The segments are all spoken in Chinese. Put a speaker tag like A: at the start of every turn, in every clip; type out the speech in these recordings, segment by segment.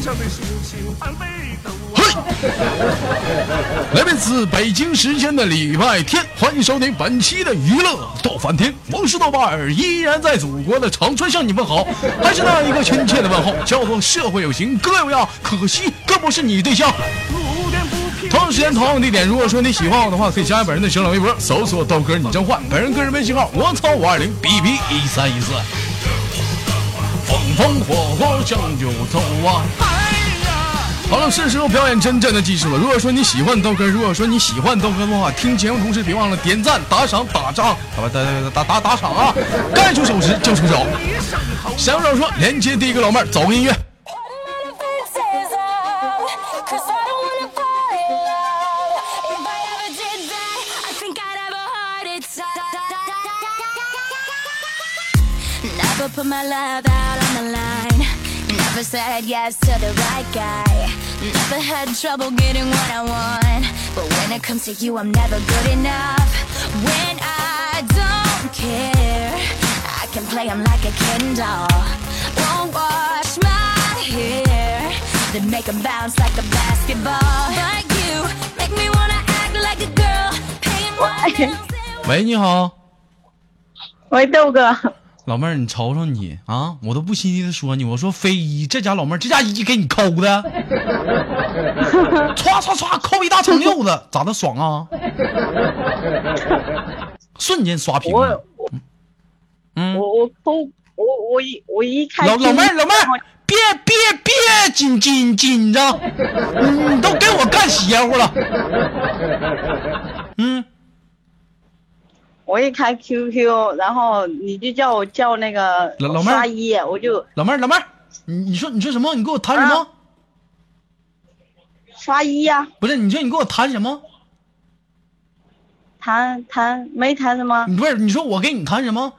A: 上的事情还没等我。
B: 来自北京时间的礼拜天，欢迎收听本期的娱乐逗翻天，王石豆瓣儿依然在祖国的长春向你问好，还是那一个亲切的问候，叫做社会有形哥有样，可惜哥不是你对象。
A: 路见不平
B: 同样时间同样地点，如果说你喜欢我的话，可以加本人的新浪微博，搜索豆哥你真坏，本人个人微信号我操五二零 b b 一三一四。风风火火向九州啊！
A: 哎呀，
B: 好了，是时候表演真正的技术了。如果说你喜欢豆哥，如果说你喜欢豆哥的话，听节目同时别忘了点赞、打赏、打赏，打打打打打赏啊！该出手时就出手。
A: 一声吼，
B: 想不想说？连接第一个老妹儿，走音乐。
C: Cause I don't wanna fall in love. If I ever did that, I think I'd have a heart attack. Never put my love out on the line. Never said yes to the right guy. Never had trouble getting what I want. But when it comes to you, I'm never good enough. When I don't care, I can play 'em like a Ken doll. Won't wash my hair, then make 'em bounce like a basketball. But you make me wanna act like a girl. Paying my bills and
B: 喂，你好，
D: 喂，豆哥，
B: 老妹儿，你瞅瞅你啊，我都不心虚的说你，我说非一这家老妹儿，这家一给你抠的，歘歘歘抠一大长溜子，咋的爽啊？瞬间刷屏啊了嗯
D: 我。我我我抠，我我一我一看
B: 老老妹儿，
D: 听
B: 老妹儿，别别别紧紧紧张，你都给我干邪乎了。嗯，
D: 我一开 QQ，然后你就叫我叫那个
B: 老老妹儿
D: 刷一，我就
B: 老妹儿，老妹儿，你你说你说什么？你给我谈什么
D: 啊？刷一呀、
B: 不是，你说你给我谈什么？
D: 谈谈没谈什么？
B: 你不是你说我给你谈什么？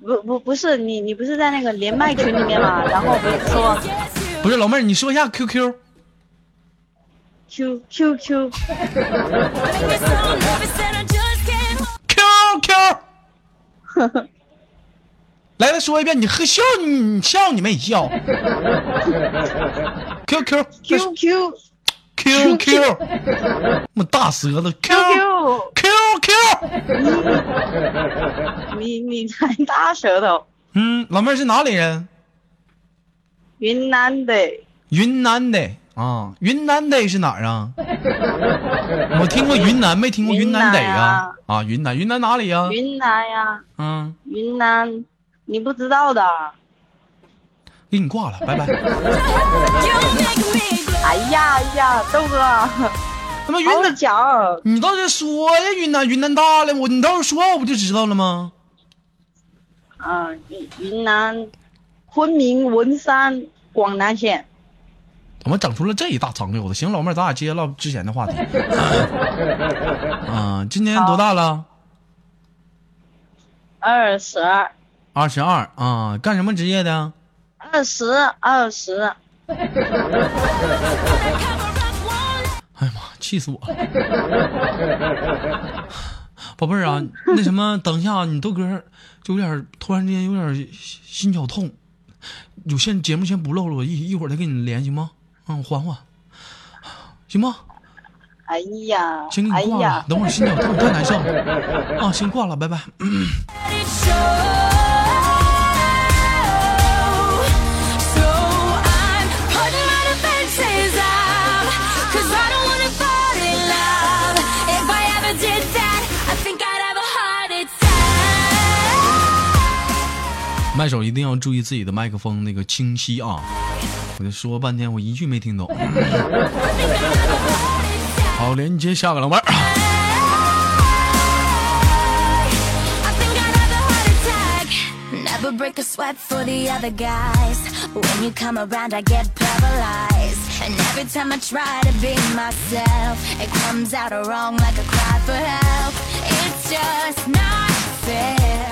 D: 不不不是你你不是在那个连麦群里面嘛？然后我说
C: yes, you
B: 不是老妹儿，你说一下 QQ。
D: Q Q Q，
C: make me so nervous that I just can't
B: QQ。来来说一遍，你呵笑你你笑你没笑 ？QQ
D: Q Q
B: QQ，我大舌头
D: Q
B: QQ。
D: Q，你你才大舌头，
B: 嗯，老妹儿是哪里人？
D: 云南的
B: 云南的啊，云南的是哪儿啊？我听过云南，没听过云南得啊啊，云南云南哪里呀、
D: 云南呀，
B: 嗯，
D: 云南，你不知道的，
B: 给你挂了，拜 拜。
C: You make me glow.
D: 哎呀哎呀，豆哥。
B: 他妈云
D: 好
B: 南，
D: 讲，
B: 你倒是说呀，云南云南大了，我你倒是说，我不就知道了吗？
D: 啊、云云南昆明文山广南县，
B: 怎么整出了这一大长溜子？行，老妹儿，咱俩接唠之前的 话题。啊，今年多大了？
D: 二十二，
B: 二十二啊，干什么职业的？
D: 二十二十，
C: Cover up one
B: 哎呀妈，气死我了！宝贝儿啊，那什么，等一下啊，你豆哥就有点儿突然之间有点儿心心绞痛，有先节目先不露了，我一一会儿再跟你联系吗？嗯，我缓缓，行吗？
D: 哎呀
B: 先，给
D: 哎
B: 你挂了，
D: 呀，
B: 等会儿心绞痛太难受了啊，先挂了，拜拜。
C: it shows. So I'm putting my defenses up. 'Cause I don't wanna fall in love. If I ever did that, I think I'd have a heart attack.
B: 麦手一定要注意自己的麦克风那个清晰啊！我就说半天，我一句没听 懂。好，连接下个老妹儿。
C: I think I'd have a heart attack. Never break a sweat for the other guys. When you come around, I get paralyzed. And every time I try to be myself, it comes out wrong like a cry for help. It's just not fair.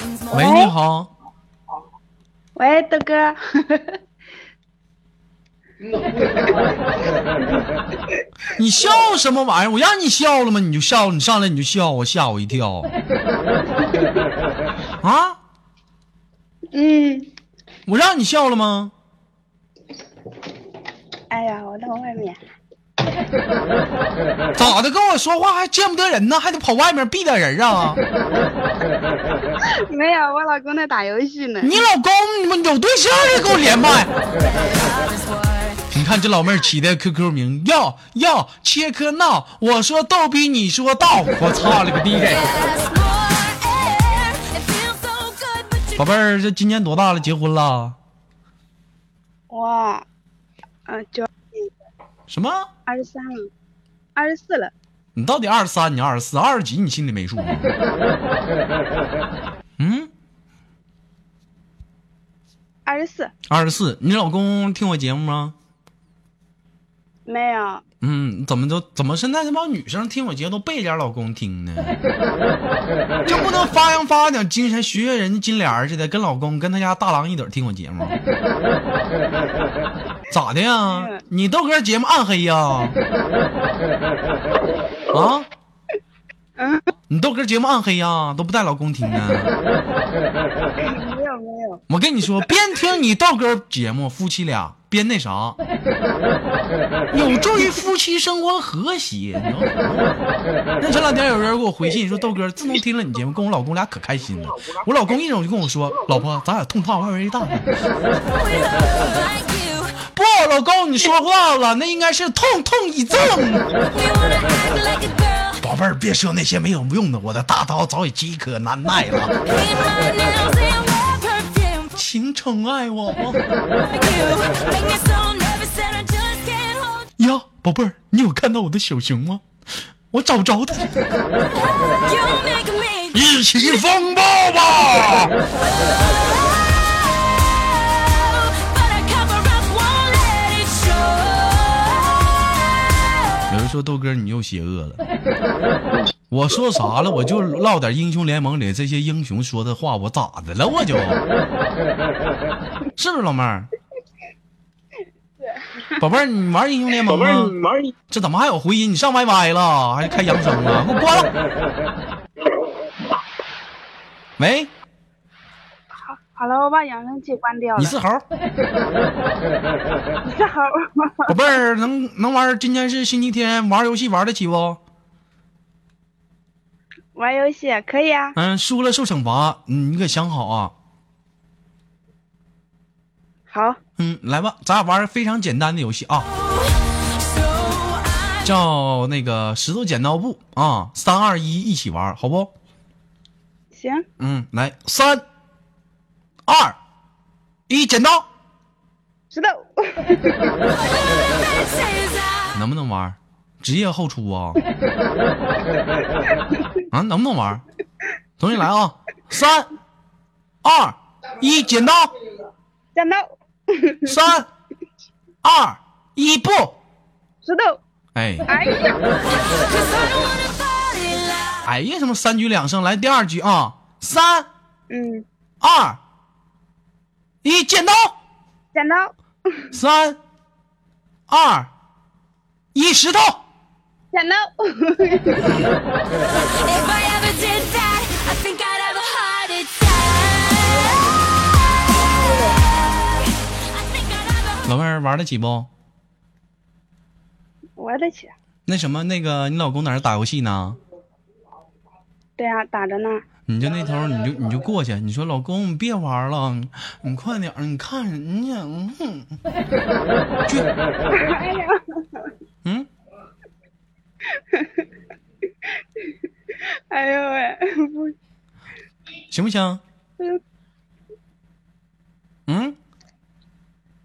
C: Pain's more-
B: 喂，你好，
D: 喂，豆哥，
B: 你笑什么玩意儿？我让你笑了吗？你就笑，你上来你就笑，我吓我一 跳。啊？
D: 嗯，
B: 我让你笑了吗？
D: 哎呀，我到外面，
B: 咋的？跟我说话还见不得人呢，还得跑外面避点人啊？
D: 没有，我老公在打游戏呢。
B: 你老公你们有对象的跟我连麦？你看这老妹儿起的 QQ 名，要要切克闹，我说逗逼，你说道，我操了个逼给！宝贝儿，这今年多大了？结婚了？
D: 哇，嗯、就
B: 什么？
D: 二十三了，二十四了，
B: 你到底二十三，你二十四，二十几你心里没数吗？嗯，
D: 二十四
B: 二十四，你老公听我节目吗？
D: 没有，
B: 嗯，怎么都怎么现在这帮女生听我节目都背点老公听呢？ 就不能发扬发扬点精神，学学人家金莲儿似的，跟老公跟他家大郎一腿儿听我节目，咋的呀？你豆哥节目暗黑呀？啊？
D: 嗯
B: 你豆哥节目暗黑呀？都不带老公听啊？
D: 没有没有，
B: 我跟你说，边听你豆哥节目，夫妻俩边那啥，有助于夫妻生活和谐。你知道吗 那前两天有人给我回信说，豆哥自从听了你节目，跟我老公俩可开心了。我老公一整就跟我说，老婆，咱俩痛骂外边一大 呢。不，老公你说话了，那应该是痛痛一赠。宝贝儿，别说那些没有用的，我的大刀早已饥渴难耐了，请宠爱我。呀，宝贝儿，你有看到我的小熊吗？我找不着它。一起风暴吧！有人说豆哥你又邪恶了，我说啥了？我就唠点英雄联盟里这些英雄说的话，我咋的了？我就，是不是老妹儿？宝贝儿，你玩英雄联盟吗？
A: 玩一
B: 这怎么还有回音？你上 YY 了，还开扬声了？给我关了。喂，
D: 好，好了，我把扬声器关掉了。
B: 你是猴儿？
D: 你是猴儿吗？
B: 宝贝儿，能能玩儿？今天是星期天，玩儿游戏玩得起不？
D: 玩游戏可以啊，
B: 嗯，输了受惩罚，嗯你可想好啊。
D: 好，
B: 嗯，来吧，咱俩玩儿非常简单的游戏啊，叫那个石头剪刀布啊，三二一，一起玩儿，好不？
D: 行，
B: 嗯，来，三二一，剪刀，
D: 石头，
B: 能不能玩儿？职业后出啊！啊，能不能玩儿？重新来啊！三二一，剪刀，
D: 剪 刀，
B: 三二一，布。
D: 石头，
B: 哎，
D: 哎呀，
B: 哎呀，什么三局两胜，来第二局啊！三
D: 嗯，
B: 二一，剪刀，
D: 剪刀，
B: 三二一，石头。
D: 剪刀，
B: 老妹儿玩得起不？
D: 我的去，
B: 那什么，那个你老公在那儿打游戏呢？
D: 对啊，打着呢，
B: 你就那头儿你就你就过去，你说老公你别玩了，你快点儿，你看人家，嗯，
D: 哎呀，
B: 嗯，
D: 哎呦喂， 不
B: 行不行？嗯，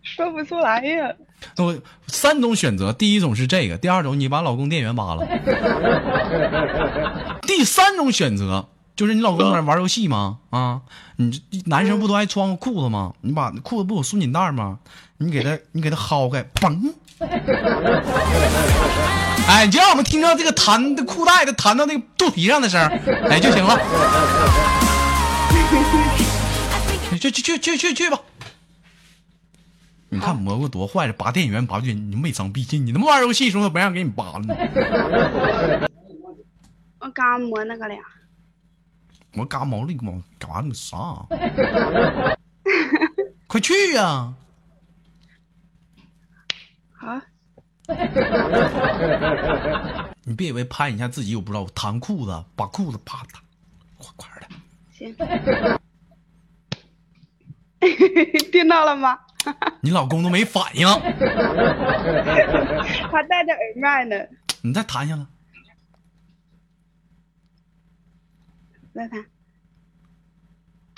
D: 说不出来呀，
B: 那我三种选择，第一种是这个，第二种你把老公电源拔了， 第三种选择就是你老公在那玩游戏吗？啊，你这男生不都爱穿个裤子吗？你把裤子不有松紧带吗？你给他你给他薅开，嘣。 哎，你就让我们听到这个弹的裤带的弹到那个肚皮上的声儿，哎就行了。 去去去去去去吧。你看蘑菇多坏，拔电源拔电，你没长逼劲，你他妈玩游戏的时候都没让给你拔呢。
D: 我刚磨那个了呀，
B: 我嘎毛了一个毛，干嘛那么啥、快去呀、
D: 好，
B: 你别以为拍一下自己我不知道，弹裤子，把裤子啪弹，夸夸的。
D: 行。 听到了吗？
B: 你老公都没反应，
D: 他戴着耳麦呢。
B: 你再弹一下子，
D: 再看。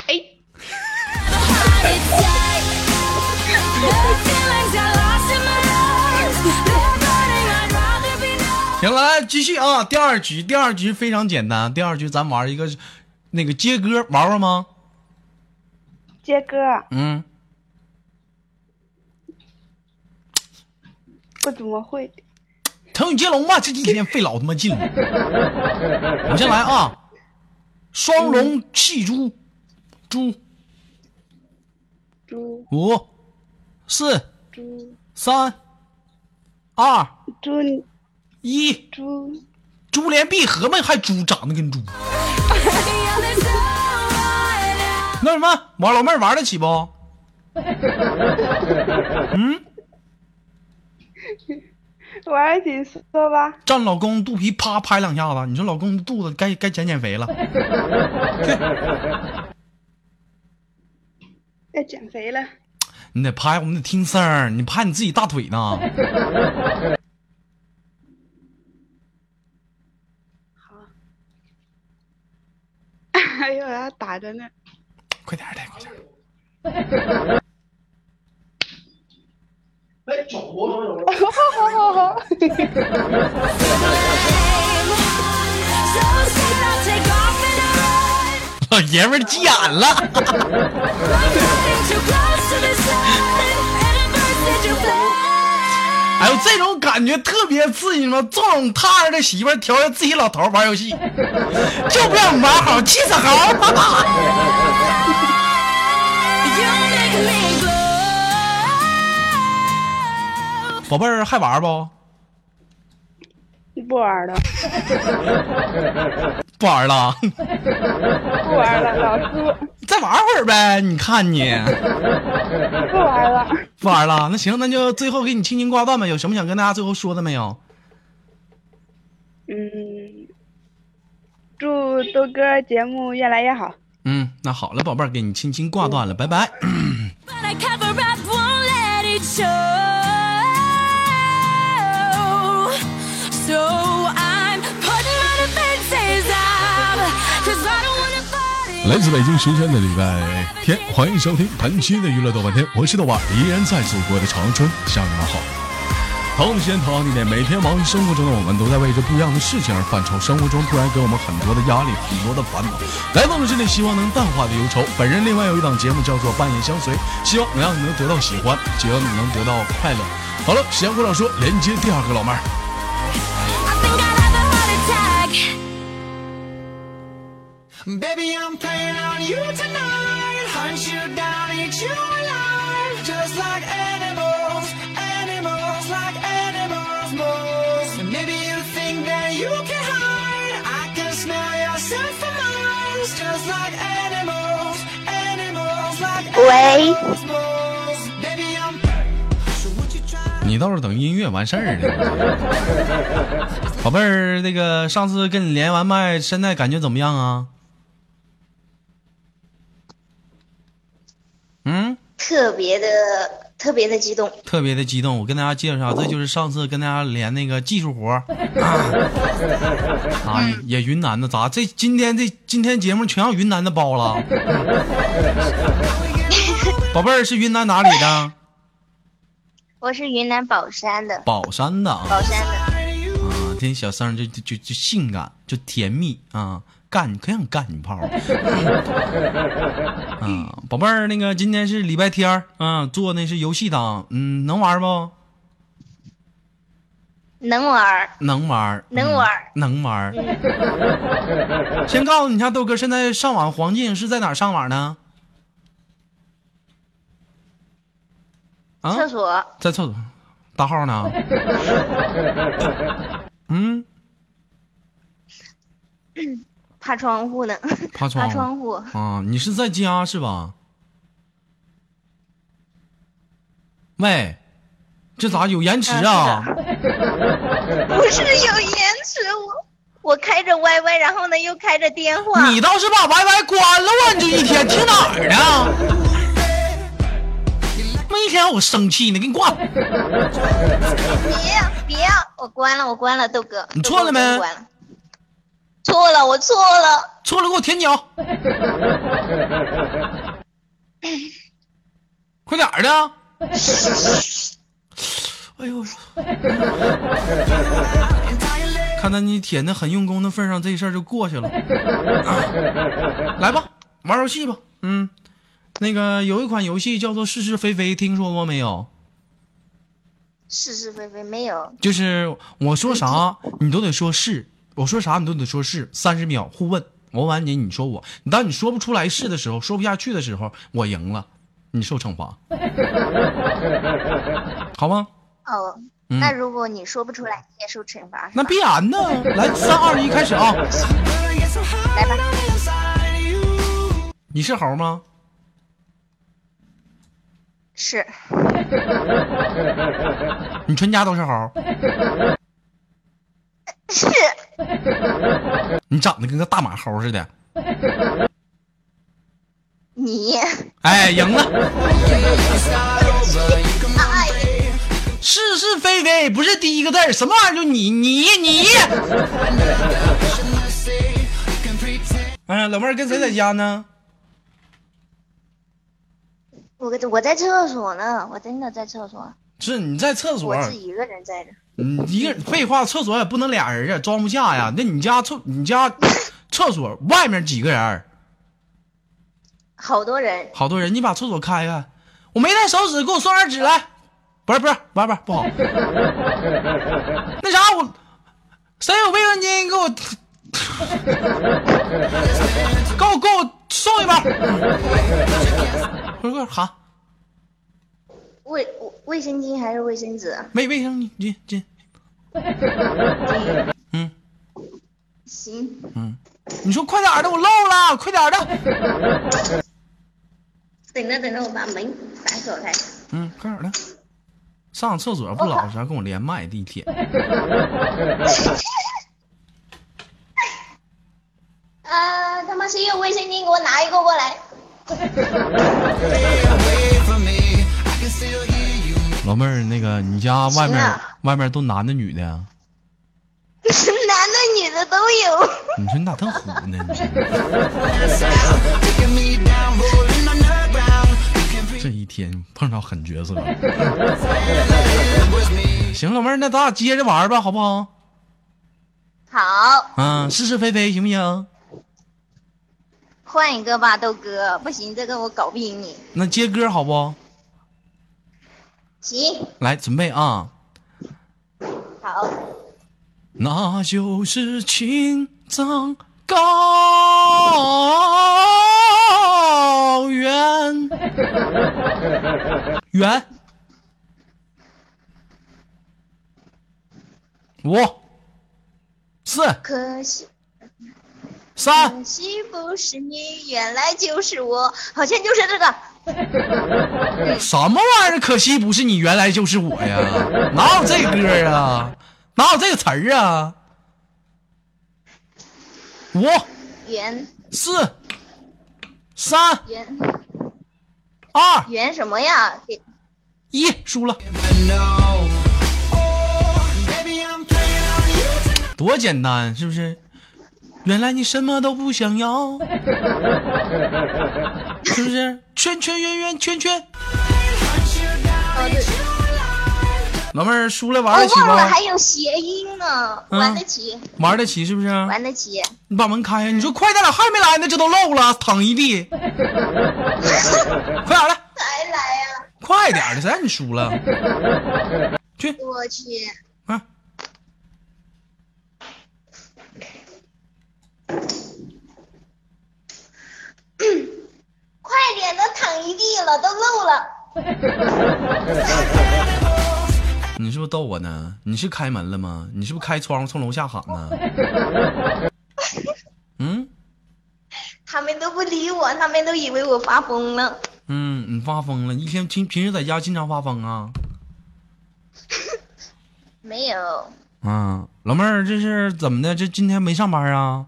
D: 哎，
B: 行了，来继续啊。第二局，第二局非常简单，第二局咱玩一个那个接歌，玩玩吗？
D: 杰哥，
B: 嗯，
D: 不怎么会。
B: 腾云接龙吧，这几天费老他妈劲了。我先来啊，双龙戏珠，珠
D: 猪
B: 五四
D: 猪
B: 三二
D: 猪
B: 一，
D: 猪，
B: 珠联璧合嘛，还猪长得跟猪。那什么，王老妹儿玩得起不？
D: 玩一起说吧。
B: 站老公肚皮啪拍两下子，你说老公肚子该该减减肥了。
D: 要哎减肥了，
B: 你得拍，我们得听声儿，你拍你自己大腿呢。
D: 哎呦，我还打着呢。
B: 快点儿的，快点儿的。
D: 好好好，
B: 老爷们儿 急眼了，哎呦，这种感觉特别刺激嘛！纵容他人的媳妇儿调着自己老头儿玩游戏，就不让我们玩好，气死猴！宝贝儿还玩不？
D: 你不玩了，
B: 不玩了，
D: 不玩了，老输，
B: 再玩会儿呗。你看你
D: 不玩了。
B: 不玩了，那行，那就最后给你轻轻挂断吧。有什么想跟大家最后说的没有？
D: 嗯，祝豆哥节目越来越好。
B: 嗯，那好了，宝贝儿，给你轻轻挂断了，拜拜。
C: But I cover up, won't let it show. So I'm putting my defenses up, 'cause I don't wanna fight it.
B: 来自北京时间的礼拜天，欢迎收听本期的娱乐豆瓣天，我是豆瓣，依然在祖国的长春向你们好。同时间同样地点，每天忙于生活中的我们，都在为着不一样的事情而犯愁。生活中突然给我们很多的压力，很多的烦恼。来到了这里，希望能淡化的忧愁。本人另外有一档节目叫做《半夜相随》，希望能让你能得到喜欢，希望你能得到快乐。好了，闲话少说，连接第二个老妹儿。
C: I think I'll have a heart attack.
E: Baby, I'm playing on you tonight. Hunt you down, eat you alive. Just like animals, animals, like animals, moles. And maybe you think that you can hide. I can smell yourself from miles. Just like animals, animals, like animals, moles. Baby, I'm. So what you try?
B: 你倒是等音乐完事儿 呢，宝贝儿，那个上次跟你连完麦，现在感觉怎么样啊？嗯，
F: 特别的特别的激动。
B: 特别的激动。我跟大家介绍，这就是上次跟大家连那个技术活儿啊，也云南的，咋这今天这今天节目全让云南的包了？宝贝儿是云南哪里的？
F: 我是云南保山的，
B: 宝山的啊。
F: 保山的，
B: 啊，这小声儿就就就就性感，就甜蜜啊，干可想干你炮儿。啊，宝贝儿，那个今天是礼拜天儿啊，做那是游戏档，嗯，能玩不？
F: 能玩儿。
B: 能玩儿，嗯
F: 能玩儿嗯
B: 能玩儿。 先告诉你一下，豆哥现在上网黄金是在哪儿上网呢？啊，
F: 厕所
B: 在厕所，大号 呢？嗯，
F: 爬窗户呢，
B: 爬窗
F: 爬
B: 户。
F: 窗户。
B: 啊，你是在家是吧？喂，这咋有延迟啊？
F: 不是有延迟，我我开着 YY，然后呢又开着电话。
B: 你倒是把 YY 关了啊！你这一天听哪儿呢？他妈一天让我生气呢，给你挂了。
F: 别别，我关了，我关了，豆哥。
B: 你错了没
F: 豆哥我关了。错了，我错了。
B: 错了，给我舔脚。快点儿的。啊哎呦！看在你舔的很用功的份上，这事儿就过去了。啊来吧，玩游戏吧。嗯，那个有一款游戏叫做《是是非非》，听说过没有？
F: 是是非非没有，
B: 就是我说啥你都得说是，我说啥你都得说是，三十秒互问，我完你你说我，当你说不出来是的时候，说不下去的时候，我赢了，你受惩罚，好吗？
F: 哦，
B: 嗯
F: 那如果你说不出来，你也受惩罚。是
B: 那
F: 吧
B: 必然呢，来三二一开始啊！
F: 来吧，
B: 你是猴吗？
F: 是
B: 你全家都是猴？
F: 是
B: 你长得跟个大马猴似的？
F: 你，
B: 哎，赢了！
F: 哎，
B: 是是非非不是第一个字儿，什么玩意儿？就你你你！哎，老妹儿跟谁在家呢？
F: 我我在厕所呢，我真的在厕所，
B: 是你在厕所
F: 我，自己一个人在这。
B: 你一个人废话，厕所也不能俩人啊，装不下呀。那你家厕你家厕所外面几个人儿？
F: 好多人，
B: 好多人，你把厕所开开。我没带手纸，给我送点纸来。不是不是，不是不是不好。那啥，我谁有卫生巾给我，给我给我送一包。快快喊，
F: 卫我卫生巾还是卫生纸？
B: 没卫生巾巾。嗯
F: 行，
B: 嗯，你说快点儿的，我漏了，快点儿的。
F: 等着等着，我把门反锁开。
B: 嗯，快点儿的。上厕所不老实，还跟我连麦地铁。
F: 啊，他妈谁有卫生巾给我拿一个过来？
B: 老妹儿，那个你家外面、
F: 行啊
B: 外面都男的女的呀？
F: 男的女的都有。
B: 你说你咋特虎呢？你说
E: Taking me down, rolling on the ground.
B: 这一天碰上狠角色。 行，老妹儿，那咱俩接着玩吧，好不好？
F: 好，
B: 嗯，是是非非行不行？
F: 换一个吧，豆哥，不行，这个我搞不赢你。
B: 那接歌好不？
F: 行，
B: 来，准备啊！
F: 好，
B: 那就是情长高原， 远，五、四、
F: 可惜嗯
B: 三
F: 可，惜不是你，原来就是我，好像就是这个。
B: 什么玩意儿？可惜不是你，原来就是我呀！ 哪有这歌啊？哪有这个词儿啊？五、
F: 原
B: 四、三、
F: 原
B: 二、
F: 原什么呀？给
B: 一，输了。
E: Baby, I'm playing on you.
B: 多简单，是不是？原来你什么都不想要，是不是？圈圈圆圆圈圈，
F: 哦对，
B: 老妹儿输了玩
F: 我
B: 得起
F: 哎哦忘了
B: 吗
F: 还？有谐音呢，
B: 嗯
F: 玩得起，
B: 玩得起是不是？
F: 玩得起。
B: 你把门开呀！你说快点儿，还没来呢，这都漏了，躺一 地。快点儿来，
F: 还来呀、
B: 快点儿的，谁让你输了？去
F: 我去，
B: 啊！
F: 快点的，躺一地了，都漏了。
B: 你是不是逗我呢？你是开门了吗？你是不是开窗户从楼下喊呢？嗯。
F: 他们都不理我，他们都以为我发疯了。
B: 嗯，你发疯了，一天平平时在家经常发疯啊？
F: 没有，
B: 嗯，老妹儿，这是怎么的？这今天没上班啊？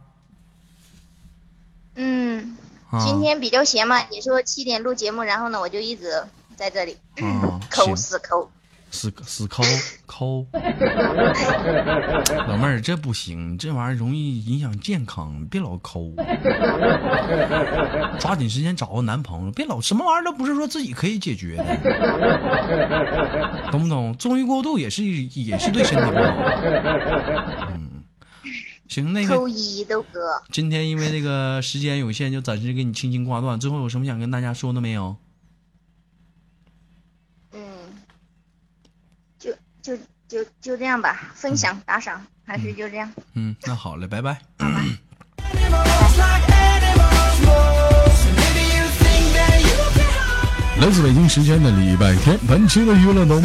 F: 嗯，
B: 啊
F: 今天比较闲嘛。你说七点录节目，然后呢，我就一直在这里
B: 啊，
F: 抠
B: 行
F: 死抠。
B: 死死抠抠。老妹儿，这不行，这玩意儿容易影响健康，别老抠。抓紧时间找个男朋友，别老什么玩意儿都不是说自己可以解决的，懂不懂？纵欲过度也是也是对身体不好。嗯，行，那
F: 扣
B: 个
F: 一豆哥，
B: 今天因为那个时间有限，就暂时给你轻轻挂断。最后有什么想跟大家说的没有？
F: 嗯，就就就就这样吧，分享打赏还是就这样。
B: 嗯，那好嘞，拜拜。
E: animals, like animals, most. Maybe you think that you can hide.
B: 来自北京时间的礼拜天，本期的娱乐能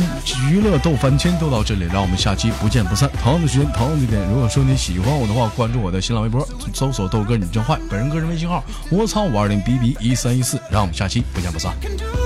B: 娱乐逗翻天都到这里，让我们下期不见不散。同样的时间，同样的地点。如果说你喜欢我的话，关注我的新浪微博，搜索“豆哥你真坏”，本人个人微信号：我操五二零 b b 一三一四。让我们下期不见不散。
E: can do